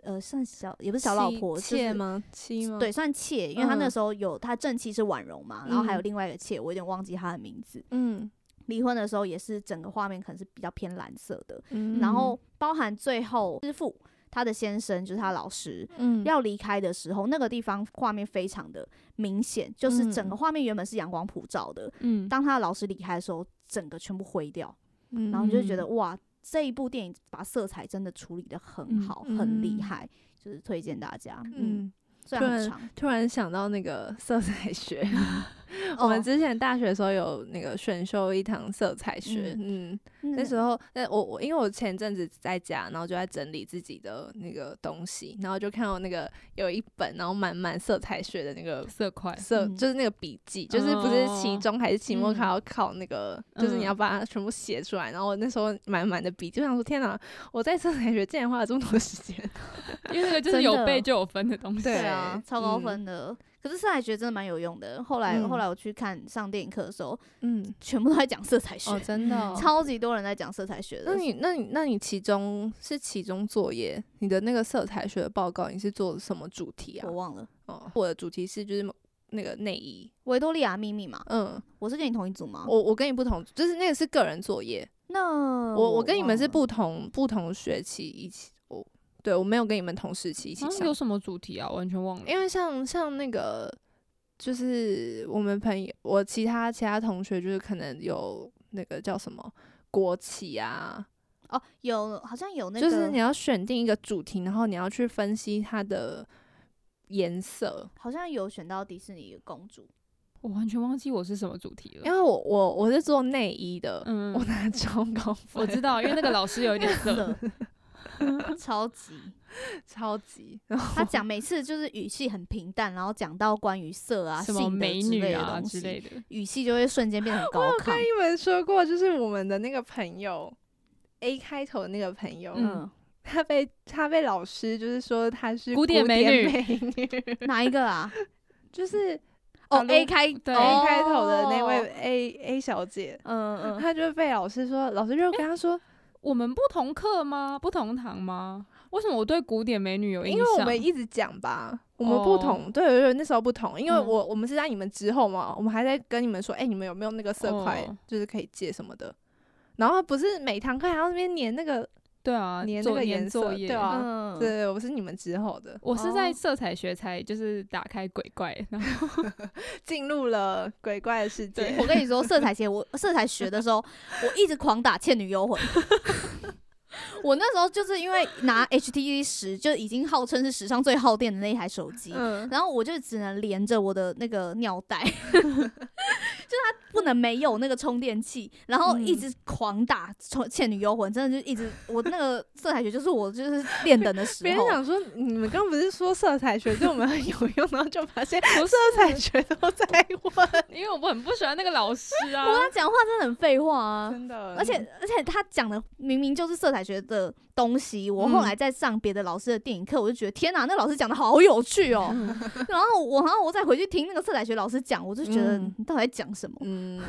C: 呃，算小也不是小老
A: 妻
C: 婆，就
A: 妾
C: 是
A: 吗？妻吗？
C: 对，，算妾，因为他那
A: 嗯
C: 时候有他正妻是婉容嘛，然后还有
A: 嗯
C: 另外一个妾，我有点忘记他的名字。
A: 嗯，
C: 离婚的时候也是整个画面可能是比较偏蓝色的，
A: 嗯
C: 然后包含最后师傅他的先生就是他老师。
A: 嗯
C: 要离开的时候，那个地方画面非常的明显，就是整
A: 嗯
C: 个画面原本是阳光普照的，
B: 嗯，
C: 当他的老师离开的时候，整个全部灰掉，
A: 嗯
C: 然后你就觉得
B: 嗯
C: 哇，这一部电影把色彩真的处理的很
B: 嗯
C: 好，很厉
A: 嗯
C: 害，就是推荐大家。嗯，
A: 嗯，
C: 虽然
A: 对
C: 很长，
A: 突然想到那个色彩 学，我
C: 哦
A: 们之前大学的时候有那个选修一堂色彩学，嗯，那时
C: 候
A: 候，那我我因为我前阵子在家，然后就在整理自己的那个东西，然后就看到那个有一本，然后满满色彩学的那个
B: 色块，
A: 色，
C: 嗯
A: 就是那个笔记，就是不是期中还是期末
B: 嗯
A: 考要考那个，就是你
B: 嗯
A: 要把它全部写出来。然后我那时候满满的笔记，我想说天哪，我在色彩学竟然花了这么多时间。
B: 因为那个就是
C: 真
B: 有
C: 的
B: 背就有分的东西。
A: 对
C: 对啊，超高
A: 嗯
C: 分的。可是色彩学真的蛮有用的。后来、后
A: 嗯
C: 来我去看上电影课的时候，
A: 嗯，
C: 全部都在讲色彩学，
A: 哦，真的哦、
C: 超级多人在讲色彩学的。
A: 那你那你那你期中是期中作业，你的那个色彩学的报告，你是做什么主题啊
C: 我？忘了
A: 哦，我的主题是就是那个内衣，
C: 维多利亚秘密嘛？
A: 嗯。
C: 我是跟你同一组吗？
A: 我我跟你不同，就是那个是个人作业，
C: 那
A: 我我跟你们是
C: 忘了
A: 不同不同学期一起，我对我没有跟你们同时期一起
B: 好像
A: 上
B: 有，什么主题啊？完全忘了。
A: 因为像像那个就是我们朋友，我其他其他同学就是可能有那个叫什么国企啊，
C: 哦，有好像有那
A: 就是你
C: 个，
A: 要选定一个主题，然后你要去分析它的颜色，
C: 好像有选到迪士尼的公主。
B: 我完全忘记我是什么主题
A: 因
B: 了。
A: 为我我我是做内衣的，
B: 嗯
A: 我，拿超高分，
B: 我知道，因为那个老师有一点色。
C: 色超级。
A: 超级，然后
C: 他讲每次就是语气很平淡，然后讲到关于色啊、
B: 什么
C: 性
B: 美
C: 的之类
B: 女
C: 的
B: 啊
C: 东
B: 之
C: 西，
B: 类的，
C: 语气就会瞬间 变得很高亢。
A: 你们说过，就是我们的那个朋友 A 开头的那个朋友，
B: 嗯
C: 嗯，
A: 他被他被老师就是说他是
B: 古典美
A: 美
B: 女
A: 女
C: 哪一个啊？
A: 就是
C: 哦
B: 啊如
C: ，A 开
B: 对
A: A 开哦头的那位
C: 哦
A: A、A 小姐，
C: 嗯嗯，
A: 她就被老师说，老师就跟她说，
B: 我们不同课吗？不同堂吗？为什么我对古典美女有印
A: 因为我
B: 象？
A: 们一直讲吧。我们
C: 哦
A: 不同对对对，那时候不同，因为
B: 嗯
A: 我、我们是在你们之后嘛，我们还在跟你们说，哎、你们有没有那个色块，
B: 哦
A: 就是可以借什么的。然后不是每堂课还要那边粘那个，
B: 对啊，
A: 粘那
B: 做
A: 个
B: 粘
A: 颜色
B: 作业
A: 对啊对
C: 嗯，
A: 对，我是你们之后的。
B: 我是在
C: 哦
B: 色彩学才就是打开鬼怪，然后
A: 进入了鬼怪的世界。
C: 我跟你说，色彩学我 色彩学的时候，我一直狂打《倩女幽魂》。我那时候就是因为拿 HTC 十就已经号称是史上最耗电的那一台手机，
A: 嗯，
C: 然后我就只能连着我的那个尿袋， 就是它不能没有那个充电器，然后一
A: 嗯
C: 直狂打《倩女幽魂》，真的就一直我那个色彩学就是我就是练等的时
A: 别人
C: 候，
A: 想说你们刚刚不是说色彩学对我们很有用，然后就发现
B: 不
A: 色彩学都 在问，
B: 因为我很不喜欢那个老师 啊
C: 我。跟他讲话真的很废话啊。
A: 真的。
C: 而且而且他讲的明明就是色彩学的东西，我
B: 嗯
C: 后来在上别的老师的电影课，我就觉得天哪，那老师讲的好有 趣哦。然后我然后我再回去听那个色彩学老师讲，我就觉得
A: 嗯
C: 你到底在讲什么？
A: 嗯，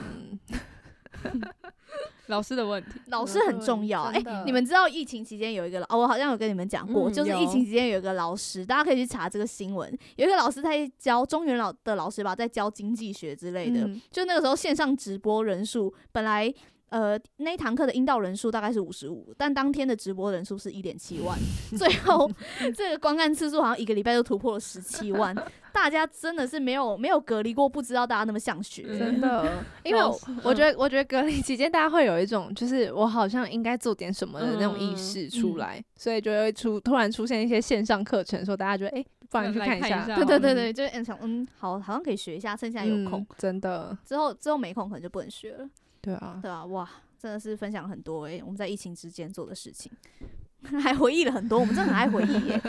B: 老师的问题，
C: 老师很重要。哎、
A: 嗯真的
C: 你们知道疫情期间有一个老，哦，我好像有跟你们讲过，
A: 嗯
C: 就是
A: 有
C: 疫情期间有一个老师，大家可以去查这个新闻，有一个老师在教中原老的老师吧，在教经济学之类的，
A: 嗯
C: 就那个时候线上直播人数本来。呃，那一堂课的阴道人数大概是五十五，但当天的直播人数是一点七万，最后这个观看次数好像一个礼拜就突破了十七万，大家真的是没有没有隔离过，不知道大家那么想学、
B: 嗯
A: 真的，因为
B: 老
A: 我
B: 师
A: 我觉得，我觉得隔离期间大家会有一种，就是我好像应该做点什么的那种意识出来，所以就会出突然出现一些线上课程，说大家觉得哎，不然去
B: 来
A: 看一
B: 看一
A: 下，
B: 下
C: 对对对
A: 嗯
C: 对，就是嗯想嗯好，好像可以学一下，趁现在有空。
A: 嗯，真的，
C: 之后之后没空可能就不能学了。
A: 对啊，
C: 对啊，哇，真的是分享很多诶、我们在疫情之间做的事情， 还回忆了很多，我们真的很爱回忆耶、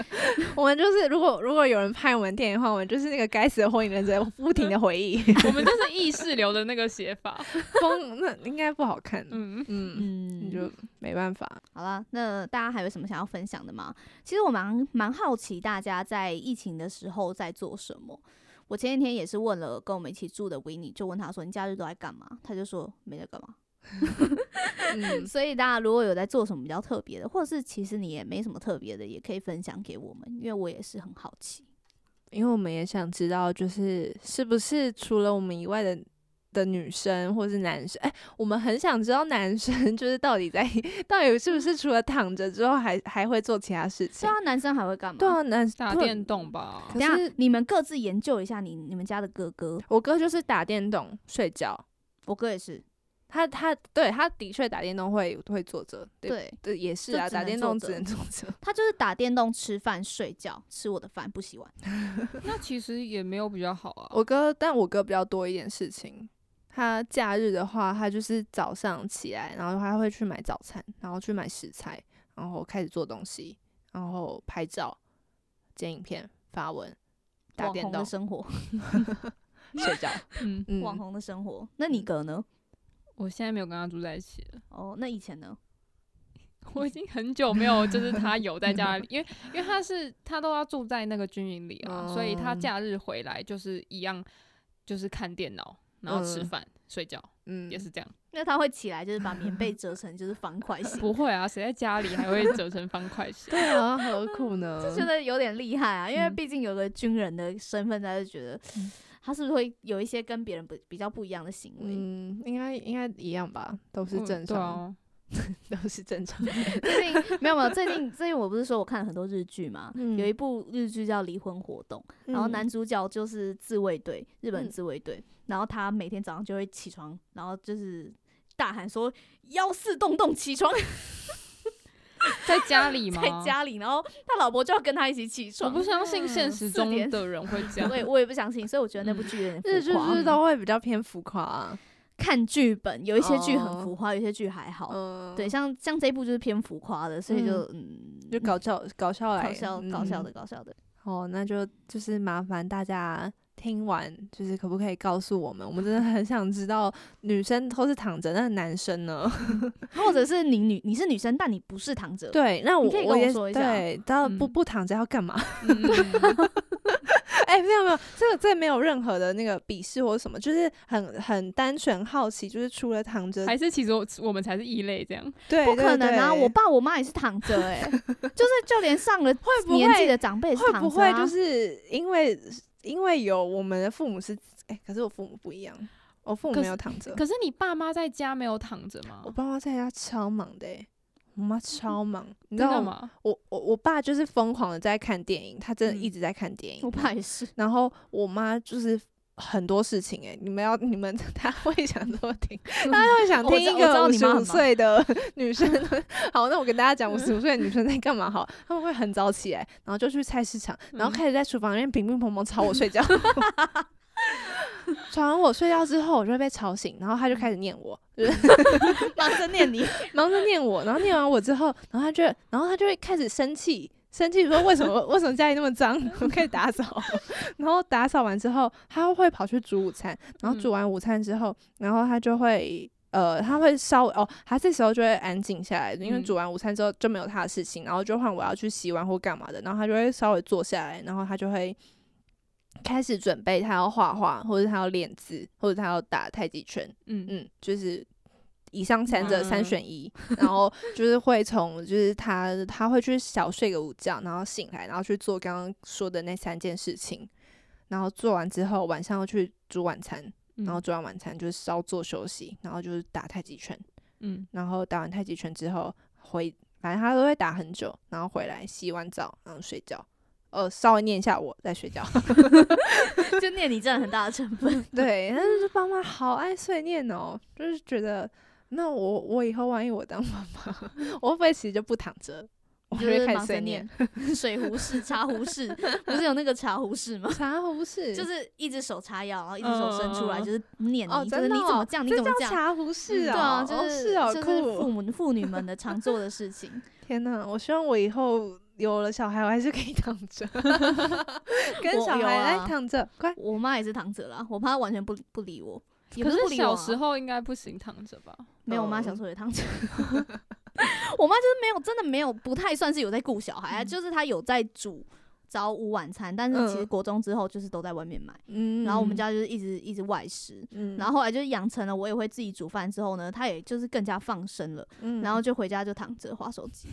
A: 我们就是如果如果有人拍我们电影的话，我们就是那个该死的火影忍者，不停的回忆，
B: 我们就是意识流的那个写法。
A: 风那应该不好看。嗯
B: 嗯，
A: 嗯，
C: 嗯
A: 你就没办法。
C: 好啦，那大家还有什么想要分享的吗？其实我蛮蛮好奇大家在疫情的时候在做什么。我前几天也是问了跟我们一起住的维尼，就问他说：“你假日都在干嘛？”他就说：“没在干嘛。
A: 嗯”，
C: 所以大家如果有在做什么比较特别的，或者是其实你也没什么特别的，也可以分享给我们，因为我也是很好奇。
A: 因为我们也想知道，就是是不是除了我们以外的的女生或是男生，哎、我们很想知道男生 就是到底在到底是不是除了躺着之后还还会做其他事
C: 对
A: 情？
C: 啊，男生还会干嘛？
A: 对啊，男
B: 打
A: 对
B: 电动吧。
A: 可
C: 等一
A: 是
C: 下你们各自研究一下你你们家的哥哥，
A: 我哥就是打电动睡觉，
C: 我哥也是，
A: 他他对他的确打电动会会坐着，对
C: 对
A: 对也是
C: 就
A: 啊，
C: 只
A: 打
C: 能
A: 电
C: 坐
A: 动
C: 着
A: 只能坐着。
C: 他就是打电动、吃饭、睡觉，吃我的饭不洗碗。
B: 那其实也没有比较好啊。
A: 我哥，但我哥比较多一点事情。他假日的话，他就是早上起来，然后他会去买早餐，然后去买食材，然后开始做东西，然后拍照、剪影片、发文、打
C: 网
A: 电
C: 红
A: 动
C: 的、生活，
A: 睡 觉。
B: 嗯，
A: 嗯，
C: 网红的生活。那你哥呢？
B: 我现在没有跟他住在一起了，
C: 哦，那以前呢？
B: 我已经很久没有就是他有在家里，因为因为他是他都要住在那个军营里啊，所以他
A: 嗯
B: 假日回来就是一样，就是看电脑，然后吃
A: 嗯
B: 饭、睡觉，
A: 嗯
B: 也是这样。
C: 那他会起来就是把棉被折成就是方 块形，
B: 不会啊，谁在家里还会折成方块形？
A: 对啊，何苦呢？
C: 就觉得有点厉害啊，因为
B: 嗯
C: 毕竟有个军人的身份，他就觉得
A: 嗯
C: 他是不是会有一些跟别人不比较不一样的行为？
A: 嗯，应该应该一样吧，都是
B: 嗯
A: 正
B: 对
A: 常，
B: 啊，
A: 都是正 常的。
C: 最近没有没有，最近最近我不是说我看了很多日剧嘛，
A: 嗯
C: 有一部日剧叫《离婚活动》，然后男主角就是自卫队，日本
A: 嗯
C: 自卫队，然后他每天早上就会起床，然后就是大喊说幺四洞洞起床，
B: 在家里吗？
C: 在家里，然后他老婆就要跟他一起起
B: 我
C: 床。
B: 不相信现实中
C: 四点
B: 的人会 这样
C: 我。也我也不相信，所以我觉得那部剧有点
A: 日
C: 浮
A: 剧
C: 夸。
A: 是都会比较偏浮夸、啊，
C: 看剧本，有一些剧很
A: 哦
C: 浮夸，有些剧还好。
A: 嗯，
C: 对，，像像这一部就是偏浮夸的，所以就嗯，
A: 就搞笑搞笑来
C: 搞笑搞笑
A: 嗯
C: 的搞笑的。
A: 哦，那就就是麻烦大家听完，就是可不可以告诉我们？我们真的很想知道女生都是躺着，那男生呢？
C: 或者是你 女你是女生，但你不是躺着，
A: 对，那我
C: 可以
A: 我
C: 跟我
A: 也
C: 说一下
A: 对，到不
B: 嗯
A: 不躺着要干嘛？
B: 嗯
A: 哎、没有没有，这个这没有任何的那个鄙视或什么，就是很很单纯好奇，就是除了躺着，
B: 还是其实我我们才是异类这样。
A: 对，
C: 不
A: 对
C: 可能啊！
A: 对
C: 我爸我妈也是躺着 哎、就是就连上了
A: 会不
C: 年纪
A: 会
C: 的长辈也是
A: 会
C: 躺着、啊，
A: 不会就是因为因为有我们的父母是哎、可是我父母不一样，我父母
B: 可
A: 没
B: 是
A: 有躺着，
B: 可是你爸妈在家没有躺着吗
C: 哦
A: 我？爸妈在家超忙的、欸，我妈超
C: 嗯
A: 忙，你知
B: 真
A: 道
B: 的
A: 我
B: 吗？
A: 我我我爸就是疯狂的在看电影，他真的一
B: 嗯
A: 直在看电影。
C: 我爸也 是，
A: 然后我妈就是很多事情哎、你们要 你们他会想多听，他会想
C: 我
A: 听一
C: 知道我知
A: 个
C: 道
A: 五
C: 你
A: 十五
C: 妈很忙嗯
A: 岁的女生。 好，那我跟大家讲，五十五岁的女生在干嘛？好，他们会很早起来，然后就去菜市场，然后
B: 嗯
A: 开始在厨房里面乒乒乓乓吵我睡 觉。 吵完我睡觉之后，我就会被吵醒，然后他就开始念我，就是
C: 忙着念你，
A: 忙着念我，然后念完我之后，然后他就，然后他就会开始生气，生气说为什么为什么家里那么脏， 我开始打扫， 然后打扫完之后，他会跑去煮午餐，然后煮完午餐之后，然后他就会。呃，他会稍微哦，他这时候就会安静下来，因为
B: 嗯
A: 煮完午餐之后就没有他的事情，然后就换我要去洗碗或干嘛的，然后他就会稍微坐下来，然后他就会开始准备他要画画，或者他要练字，或者他要打太极拳，
B: 嗯，
A: 嗯，就是以上三者三
B: 嗯
A: 选一，然后就是会从就是他他会去小睡个午觉，然后醒来，然后去做刚刚说的那三件事情，然后做完之后晚上又去煮晚餐，
B: 嗯
A: 然后煮完晚餐就是稍作休息，然后就是打太极拳，
B: 嗯，
A: 然后打完太极拳之后回，反正他都会打很久，然后回来洗完澡，然后睡觉。呃，稍微念一下我再睡觉。
C: 就念你占了很大的成分。
A: 对， 但是爸妈好爱碎念哦，就是 觉得那我我以后万一我当妈妈，我会不会其实就不躺着？我
C: 就
A: 就会
C: 是
A: 开
C: 盲
A: 始碎
C: 生
A: 念
C: 念 水壶式、茶壶式，不是有那个茶壶式吗？
A: 茶壶式，
C: 就是一只手叉腰，然后一只手伸出来，
B: 嗯嗯嗯
C: 就是念
A: 哦，
C: 你，就
A: 真
C: 是
A: 的
C: 你
A: 哦、
C: 怎么这样，你怎么
A: 叫
C: 这样？
A: 茶壶式
C: 对
A: 哦
C: 啊，
A: 哦，
C: 就是
A: 是哦，
C: 就是
A: 酷
C: 父母妇女们的常做的事情。
A: 天哪！我希望我以后有了小孩，我还是可以躺 着，跟
C: 我
A: 小
C: 有
A: 孩来
C: 啊
A: 躺着，快！
C: 我妈也是躺着啦，我妈完全不不理我，也
B: 可
C: 不
B: 是
C: 不理我
B: 小
C: 啊、
B: 时候应该不行躺着吧？
C: 没有，我妈
A: 嗯
C: 小时候也躺着。 我妈就是没有，真的没有，不太算是有在顾小孩、啊，就是她有在煮早午晚餐，但是其实
A: 嗯嗯
C: 国中之后就是都在外面买，
A: 嗯
C: 然后我们，家就是一直一直外食，
A: 嗯
C: 然后后来就是养成了我也会自己煮饭之后呢，她也就是更加放生了，
A: 嗯
C: 然后就回家就躺着划手机。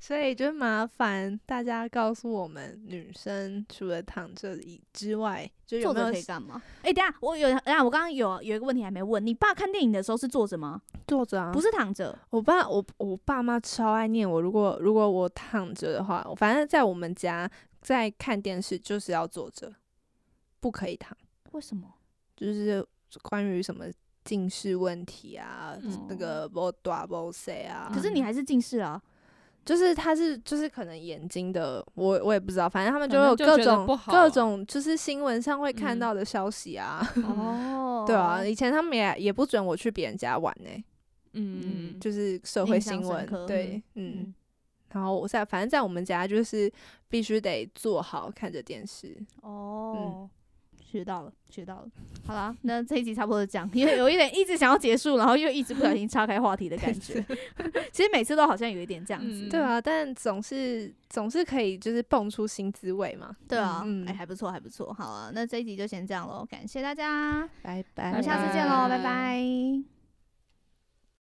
A: 所以就麻烦大家告诉我们，女生除了躺着以之外，就有
C: 坐
A: 没
C: 着
A: 有
C: 可以干嘛？哎、等一下我有，等一下我刚刚有有一个问题还没问，你爸看电影的时候是坐着吗？
A: 坐着啊？
C: 不
A: 是，
C: 是躺着，
A: 我爸我我爸妈超爱念我，如果如果我躺着的话，反正在我们家在看电视就是要坐着，不可以躺，
C: 为什么？
A: 就是关于什么。近视问题啊，
B: 嗯
A: 那个不大不谁啊，
C: 可是你还是近视啊，
A: 就是他是就是可能眼睛的，我我也不知道，反正他们
B: 反
A: 有
B: 正就
A: 各
B: 觉得
A: 种
B: 不好
A: 各
B: 啊
A: 种就是新闻上会看
B: 嗯
A: 到的消息啊，
C: 哦
A: 对啊，，以前他们也也不准我去别人家玩呢、
B: 嗯，
A: 就是社
C: 印
A: 会
C: 象
A: 新
C: 深
A: 闻
C: 刻，
A: 对，嗯，
C: 嗯，
A: 然后我在反正在我们家就是必须得坐好看着电视，
C: 哦，学到了，学到了。好啦，那这一集差不多就这样，因为有一点一直想要结束，然后又一直不小心岔开话题的感 觉。 其实每次都好像有一点这样子，
B: 嗯
A: 对啊，但总是总是可以就是蹦出新滋味嘛，
C: 对啊，哎、
A: 嗯
C: 还不错，还不错。好啊，那这一集就先这样喽，感谢大家，
A: 拜
C: 我
A: 拜，
C: 们下次见喽，拜拜